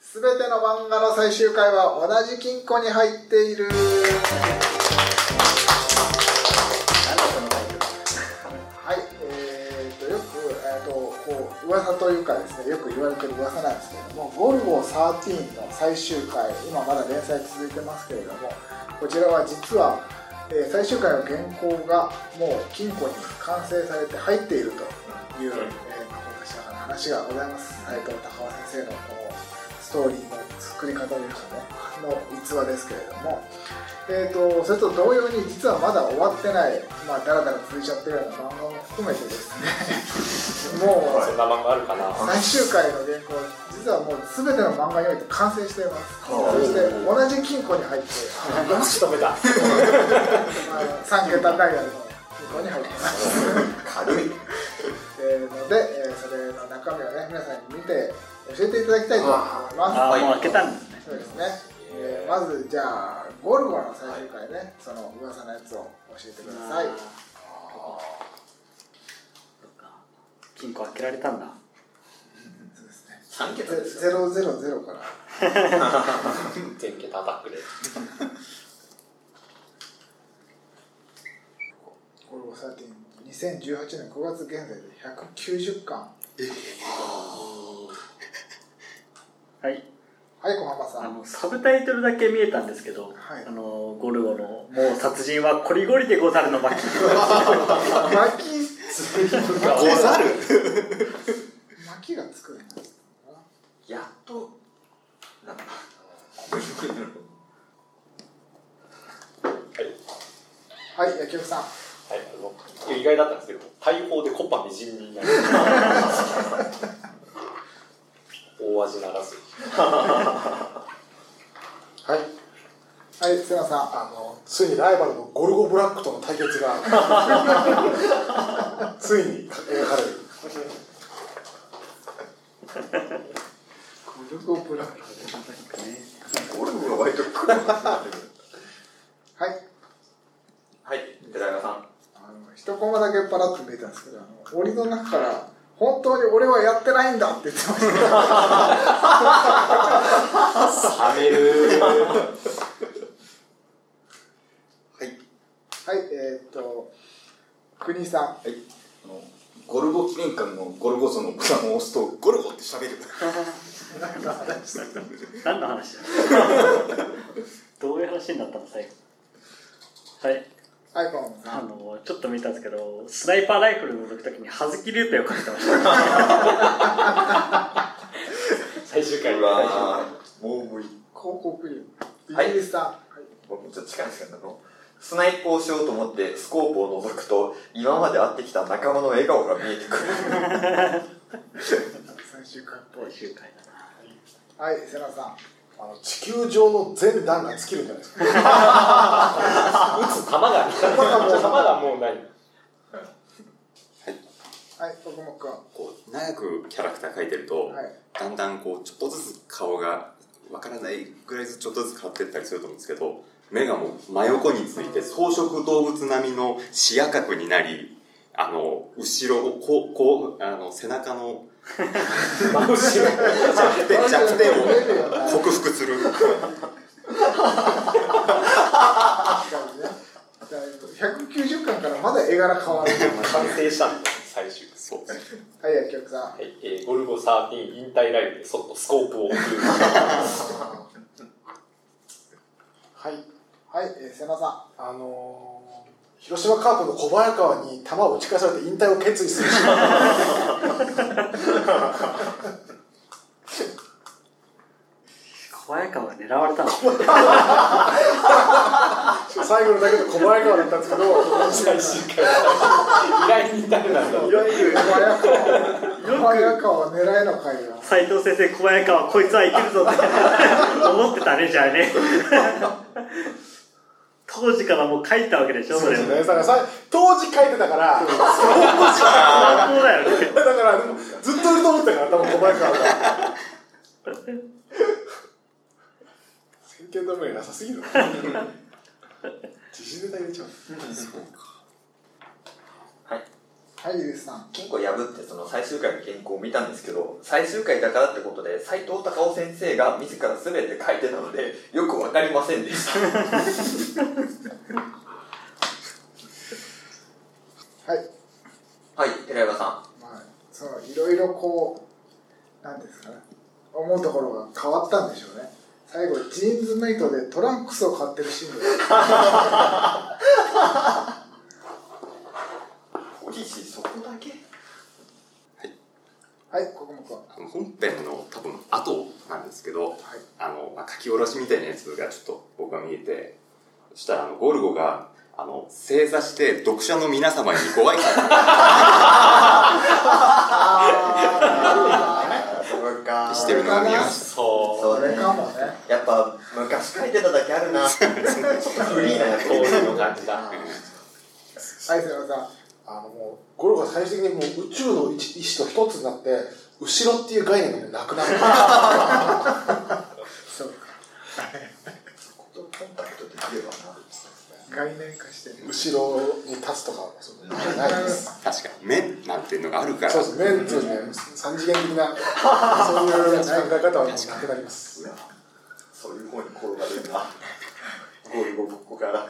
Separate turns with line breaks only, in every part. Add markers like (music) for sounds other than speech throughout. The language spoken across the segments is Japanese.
すべての漫画の最終回は同じ金庫に入っている。
なんだそのタイトル
はい、えー、とよく、えー、とこう噂というかですねよく言われてる噂なんですけども「ゴルゴ13」の最終回今まだ連載続いてますけれどもこちらは実は、えー最終回の原稿がもう金庫に完成されて入っているという、
うん
えー、魔法の話がございます斉藤隆夫先生のこのストーリーの作り方ですかねの逸話ですけれども。えー、とそれと同様に実はまだ終わってない、まあ、だらだら続いちゃってるような漫画も含めてです
(laughs)
ねも
そん
う
な漫画あるかな
最終回の原稿実はもう全ての漫画において完成していますそして同じ金庫に入って
よし止めた
3桁ダイヤルの金庫に入ってます
軽い
(laughs) えーので、えーそれの中身をね皆さんに見て教えていただきたいと思います
ー
ああもう開けたんですね
そうですね、えーまずじゃあゴルゴの最終回ね、その噂のやつを教えてください、
そっか金庫開けられたんだ
そうですね
三桁です
ゼ
よ
ロゼロゼロから。
全桁アタックで
ゴルゴ13、2018年9月現在で190巻。
はい
はい、小浜さ
あ
ん。
のサブタイトルだけ見えたんですけど、
はい
あのゴルゴの「もう殺人はこりごりでござるの巻」
巻き、
ござる
巻きがつくんですか
やっとなんか
はい、野球さん。
はい、あの意外だったんですけど大砲でコッパみじんになる大味ならず
はい
はい、瀬名さん。
あのついにライバルのゴルゴブラックとの対決 (laughs) がついに描かれる
ゴルゴブラック。
ゴルフが割と黒くなってる
はい。
はい寺山さん
あの、一コマだけパラッと見えたんですけど、あの、檻の中から、本当に俺はやってないんだって言ってました。
冷める
はい
はい、えーっと、国井さ
はい、あのゴルゴ記念館のゴルゴ像のボタンを押すとゴルゴって喋る
何の話だ (laughs) どういう話になったの最後はい
ん。はい、小浜さ
あ
ん。
のちょっと見たんですけどスナイパーライフルの覗く時に葉月ルーペをかけてました
最終回
もう無理
広告料。
は
イ
い
ギリスさん。はい
僕ちょっと近いんですけどあのスナイプをしようと思ってスコープを覗くと今まで会ってきた仲間の笑顔が見えてくる
最終回っぽい。
最終回だな
はい、瀬名さん。
あの地球上の全弾が尽きるんじゃないですか
打つ球が球がもうない
はい、徳本君。
こう長くキャラクター描いてると、
はい。
だんだんこうちょっとずつ顔がわからないぐらいずつちょっとずつ変わってったりすると思うんですけど目がもう真横について草食動物並みの視野角になりあの後ろをこうこうあの背中の
真後ろ
弱点弱点を克服する
確かにね。190巻からまだ絵柄変わる。
完成したんです最終
そう
はい、薬局さん。
はい、えーゴルゴ13引退ライブでそっとスコープを送る
はい
はい、えー、瀬名さ
あのー広島カープの小早川に球を打ち返されて引退を決意するシーン
小早川が狙われたの
最後のだけで小早川だったんですけど
最終回依頼人誰なんだろ
ん。
う
よく小早川。小早川は狙いの会が。
斉藤先生小早川こいつはいけるぞっ
(laughs)
て思ってたねじゃあね当時からもう書いたわけでしょそ
そう
れ
です
も
ねだからさ当時書いてたから
そうだ
(laughs)
よね
だからでもずっといると思ったから多分小早川が先見の目がなさすぎるな自信ネタ入れちゃう
ははい、ゆうさん。
金庫破ってその最終回の原稿を見たんですけど最終回だからってことで斎藤隆夫先生が自ら全て書いてたのでよくわかりませんでした (laughs)
はい。
はい寺山さん
まあ、そのいろいろこう、なんですかね、思うところが変わったんでしょうね。最後、ジーンズメイトでトランクスを買ってるシーンで、
おじいしそこだけ
はい、ここもこ
あの本編の多分後なんですけど、あのまあ、書き下ろしみたいなやつがちょっと僕が見えてそしたらあのゴルゴがあの正座して読者の皆様にご挨拶
そうか
してるのを見まし
そ
こ
そう
れ
ね
かもね。
やっぱ昔書いてただけあるなフリーなやつ
当時の感じだ。
はい、すみません。
あのもうゴルゴが最終的にもう宇宙の一意志と一つになって後ろっていう概念がなくなる
(laughs) そうか。
コンタクトできればな
概念化してる。
後ろに立つとかそういうのないです
た確かに面なんていうのがあるから
そうですメンツね三次元的
(laughs)
なそういう考え方はもうなくなります
そういう方に転がるなゴルゴここから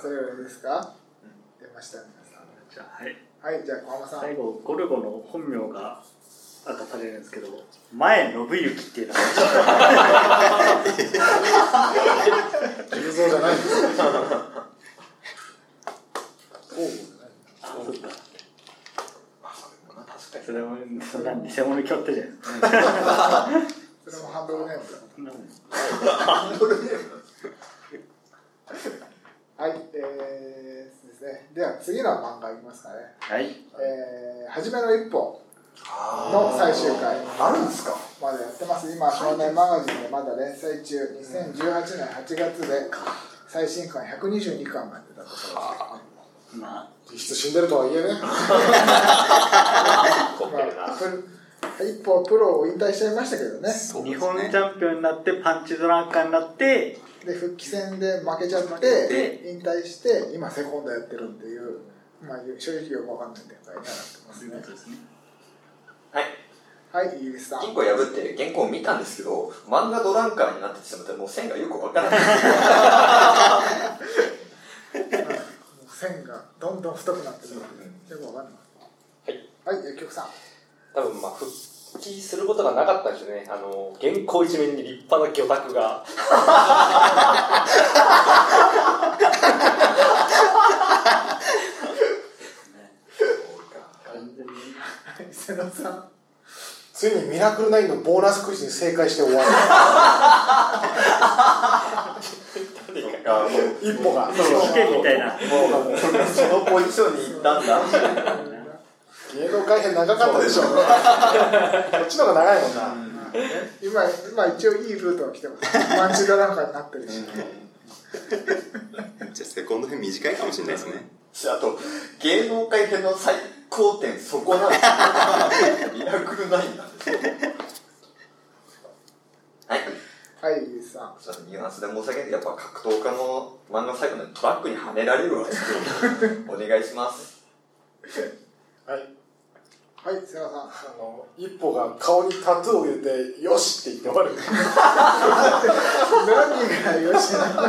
それですか出ました、皆さん。
じゃあはい
はい、じゃあ、小浜さん。
最後ゴルゴの本名が明かされるんですけど前信行っていう名前でした
映像じゃないんです
(laughs) あそっかそれもそんな偽物に決まってるじゃないですか
それもハンドルネームだ。
(laughs)
はい、えー、ですね。では、次の漫画いきますかね。
はい
えー、はじめの一歩の最終回。
あるんですか
まだやってます今「少年マガジン」でまだ連載中2018年8月で最新巻122巻までだと
まあ
実質死んでるとはいえね
凝ってるな。
これ一歩プロを引退しちゃいましたけどね
そうで
日
す
本
ね
チャンピオンになってパンチドランカーになって
で復帰戦で負けちゃって引退して今セコンドやってるっていうまあ正直よくわかんない展開になってますね
ですね
はい
はいイギリスさん
金庫破って原稿を見たんですけど漫画ドランカーになってしまってもう線がよくわからない
線がどんどん太くなってるよくわかんないはい薬局さん
多分まあ復帰することがなかったんですよねあの原稿一面に立派な魚拓が
完全に
はい瀬野さん
ついにミラクル9のボーナスクイズに正解して終わる一歩が
試験みたいな
もうそのポジションに行ったんだ
芸能改編長かったでしょこっちの方が長いもんな、
今今一応いいルートが来てますマンチドランカーになってるし
じゃあセコンド編短いかもしれないですね
あと芸能界編の最高点そこなんだミラクルナインなんですよはい
はい、イギリスさん。
そのニュアンスで申し訳ないけどやっぱ格闘家の漫画最後のトラックにはねられるわけですよお願いします
は
は
い
い、瀬野さん。
あの一歩が顔にタトゥーを入れて「よし!」って言
(laughs)
って終わる (laughs)
何がよしなのは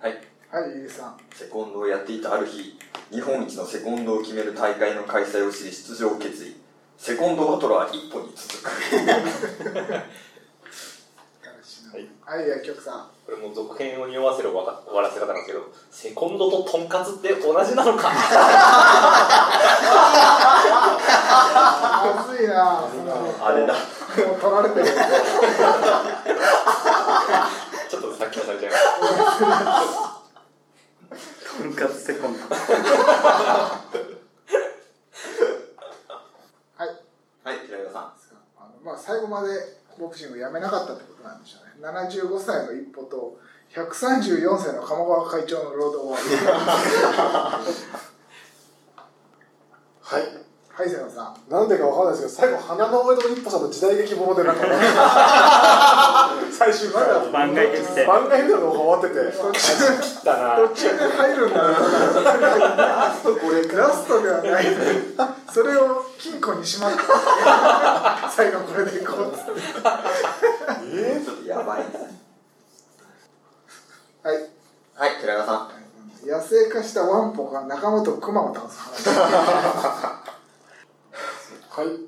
はい
い、イギリスさん。
セコンドをやっていたある日、日本一のセコンドを決める大会の開催を知り出場を決意。セコンドバトルは一歩に続く。
はい、薬局さん。
これもう続編を匂わせる終わ終わらせ方なんですけどセコンドとトンカツって同じなのか
(laughs) まずいなその
あれだ。
もう取られてる。
ちょっとさっきのされちゃいました
とんかつセコンド
はい。
はい、平岩さん。
あのまあ、最後までボクシングをやめなかったってことなんでしょうね。75歳の一歩と、134歳の鴨川会長の労働は。
はい
はい瀬野さん
なんでかわかんないですけど、最後、花の上戸一歩さんの時代劇もの
(laughs)
で、なんか、最終回、
番外決戦
番外編みたいなのが終わってて、
だな
どっちが入るんだろうなラストこれラストではないそれを金庫にしまって最後これでいこうっつって
え
ちょっとやばいですね
はい
はい寺川さん
野生化したワンポが仲間と熊を倒す話は
ー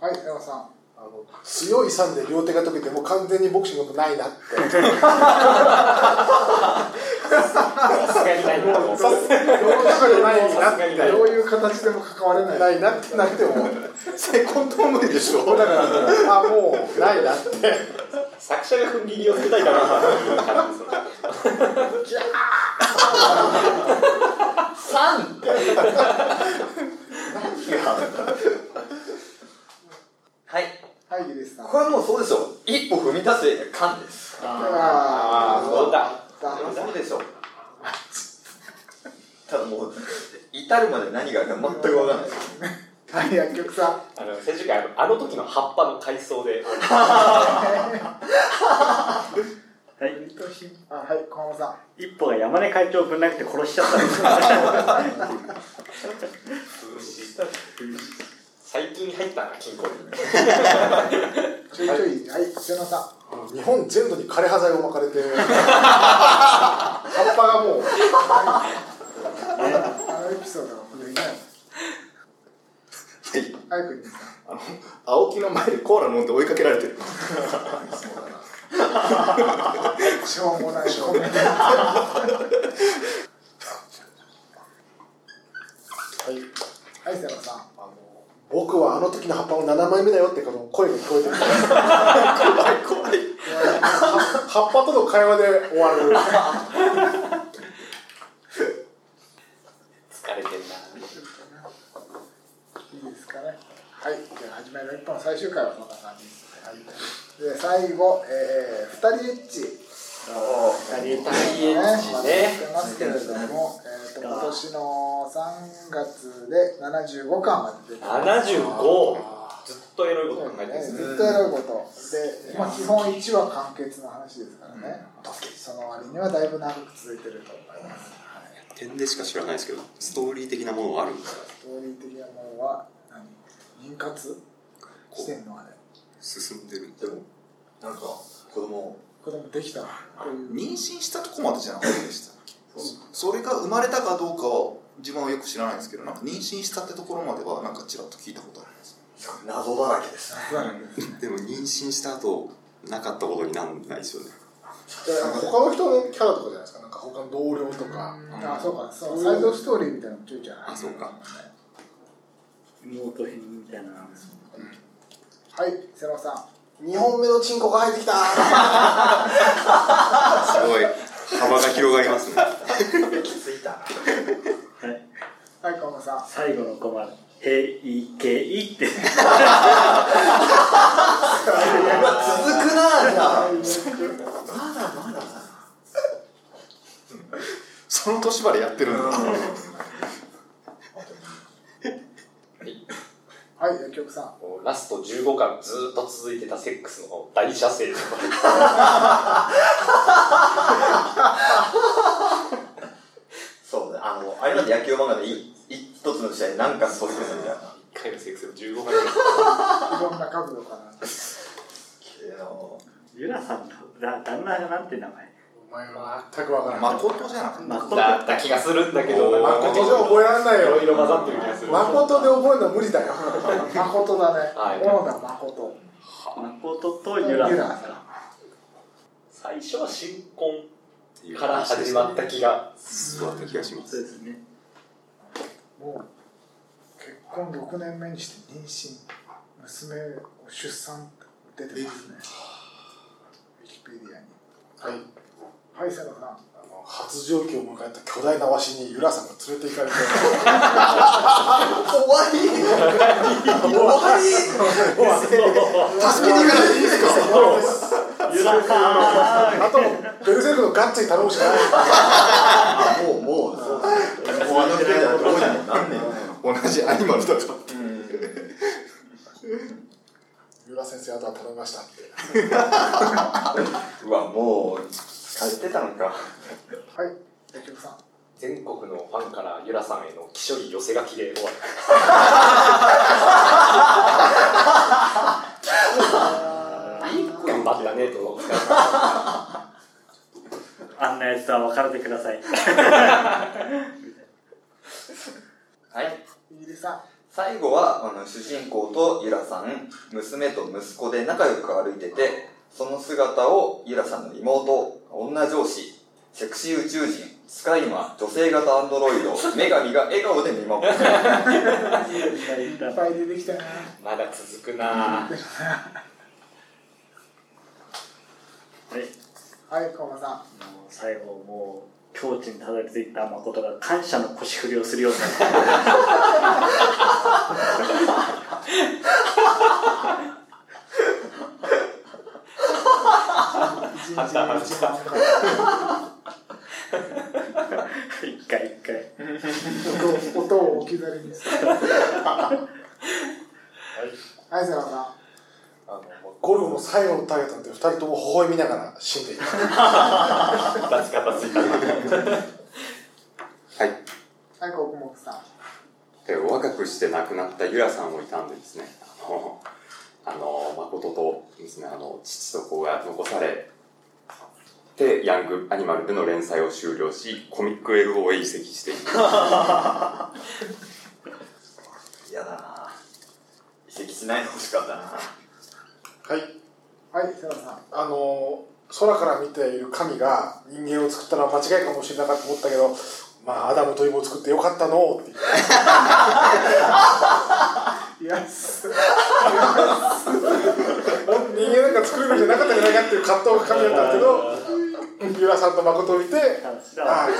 は
い
い、
瀬野さん
あの強い酸で両手が溶けて、もう完全にボクシングもないなって、
さすがにないんだもん
さすがに両手がないなって、
どういう形でも関われない
ないなってなって思う。
セコンドは無理でしょ
だから、あ、もう、ないなって。
作者が踏ん切りをつけたいかなという感じですよね
はい
はいギリスさん
ここはもうそうでしょう一歩踏み出す感です
あー
そうだ
だ
そうでしょう (laughs) ただもう至るまで何があるか全く分かんないです
はい薬局さん
あの先週回あのあの時の葉っぱの階層で
はい
伊藤ひあはい小浜さん
一歩が山根会長をぶん殴って殺しちゃったんですよ
最近入ったな金庫に
ちょいちょいはい瀬野さん
日本全土に枯葉剤を巻かれて葉っぱがもう
あのエピソードがもうできないはいはい国さん
青木の前でコーラ飲んで追いかけられてる
しょうもないコメント
はい
はい瀬野さん
僕はあの時の葉っぱの7枚目だよってこの声が聞こえてる葉っぱとの会話で終わる
疲れてん
いいですかね。はい、じゃあ、始める一本最終回はこんな感じです、ね。はい。で、最後、えー、二人エッチ。
な二人エッチね
まだ続いてますけれども、えー、と今年の三月で七十五巻まで出てます。
75ずっとエロいこと考えてるん
ね、
ですね
ずっとやることで、まあ、基本1話完結の話ですからね、その割にはだいぶ長く続いてると思います、はい、
点でしか知らないですけどストーリー的なものはあるんですか
ストーリー的なものは何妊活してんのあれ
進んでるんでも
なんか子供
子供できたという
妊娠したとこまでじゃなかったでしたそれが生まれたかどうかは自分はよく知らないんですけどなんか妊娠したってところまではなんかちらっと聞いたことあります
謎だらけです
でも妊娠した後なかったことになんないですよね
他の人のキャラとかじゃないですかなんか他の同僚とか
あそうかそうサイドストーリーみたいなのもちょいちょい
あそうか
妹編みたいな
はい瀬野さん
2本目のチンコが入ってきた
すごい幅が広がりますね
気づいた
はい
はい小野さん
最後のコマ「へいけい」って
続くなじゃあ
その年までやってるんだ
はい薬局さん
もうラスト15巻ずっと続いてたセックスの大射精とか
そうねあのあれまで野球漫画でい一つの試合で何かそういうのみたいな
一回のセックスの15巻ぐらい
いろんな角度から
綺麗な
ゆらさんのだ旦那がなんて名前
お前は全くわからない
誠じゃなかっ
誠
だった気がするんだけどなんか
誠じゃ覚えられない
いろい
よ
ろ混ざってる気がする
誠で覚えるのは無理だよ
(laughs) 誠だね
はい
小野田誠
誠とゆら
ゆ
さ
ら
ん
さん
最初は新婚から始まった気が
そうだった気がしま
そう
す
ですね
もう結婚6年目にして妊娠娘を出産出てますねウィキペディアに
はい
はい瀬野さん
あの発情期を迎えた巨大なわしにユラさんが連れて行かれて
怖い怖い
助けに行かないでいいですか
ゆら (laughs) さん
あとベルセルクのガッツに頼むしかない
あもうもうそうもうあの時代だと思うじゃん何年
た同じアニマルだと
うん
三浦先生あとは頼みましたって
うわもう疲れてたのか
はい薬局さん
全国のファンからゆらさんへのきしょい寄せ書きで (laughs) 終わる。頑張ったねと。
あんなやつとは別れてください。
はい
イギリスさん
最後はあの主人公とゆらさん娘と息子で仲良く歩いててその姿をゆらさんの妹女上司セクシー宇宙人スカイマ女性型アンドロイ (laughs) ド女神が笑顔で見守る
いっぱい出てきたね
まだ続くな。
はい
はい小間さ
もう最後もう境地にたどり着いた誠が感謝の腰振りをするようになった
ん一日一番
一回一回
音を音を置き去りにしてはい瀬野さ
あのゴルフの最後のターゲットなんて2人とも微笑みながら死んでいく
立ち方ついた。はい。
んはい国木さん
で若くして亡くなったゆらさんを悼んでですねあのあの誠と娘あの父と子が残されでヤングアニマルでの連載を終了しコミック LO へ移籍していく
嫌だな移籍しないの欲しかったな
はい
はい瀬野さん
あの空から見ている神が人間を作ったのは間違いかもしれなかったと思ったけどまあアダムとイブを作ってよかったのって言って
いやす
人間なんか作るべきじゃなかったんじゃないかっていう葛藤が神だったんですけどゆらさんと誠を見て
話だ
ああ人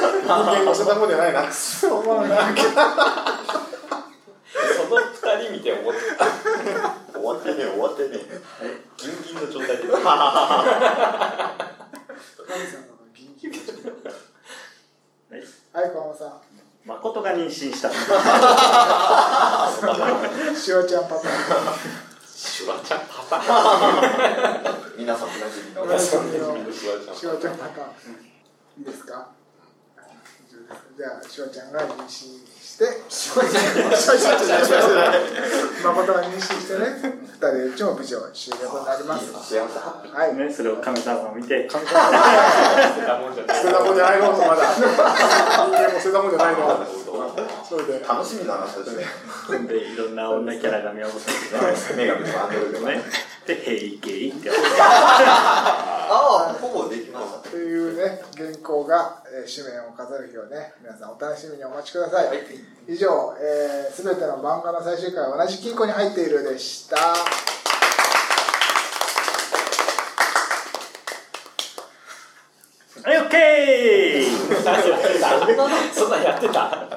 間に乗せたもんじゃないな
(laughs) そう思うな
その二人見て思って
(laughs) 終わってねえ終わってねえギンギンの状態で (laughs)
神様のギンギン
はい
はい小間さ
誠が妊娠した
んしおちゃんパパ
シュワちゃんパパ。
皆さんおなじみの
シ
シュワちゃん。
ワちゃんパパいいですかじゃあシワちゃんが妊娠してシワちゃんが妊娠してね二人うちも美女終了となります
幸せハッピー
はい
ねそれを神様を見て
神様が捨てたもんじゃないのとまだ人間も捨てたもんじゃないのそれで
楽しみだなそれですね
でいろんな女キャラが見守ってくれ
(laughs) 女 (laughs) 神とアンドロイド
て
がね
ねで「へいけい」って
ああほぼできました
というね原稿が、えー、紙面を飾る日をね皆さんお楽しみにお待ちください、以上すべ、全ての漫画の最終回は同じ金庫に入っているでした
はいオッケー
そんなやってた。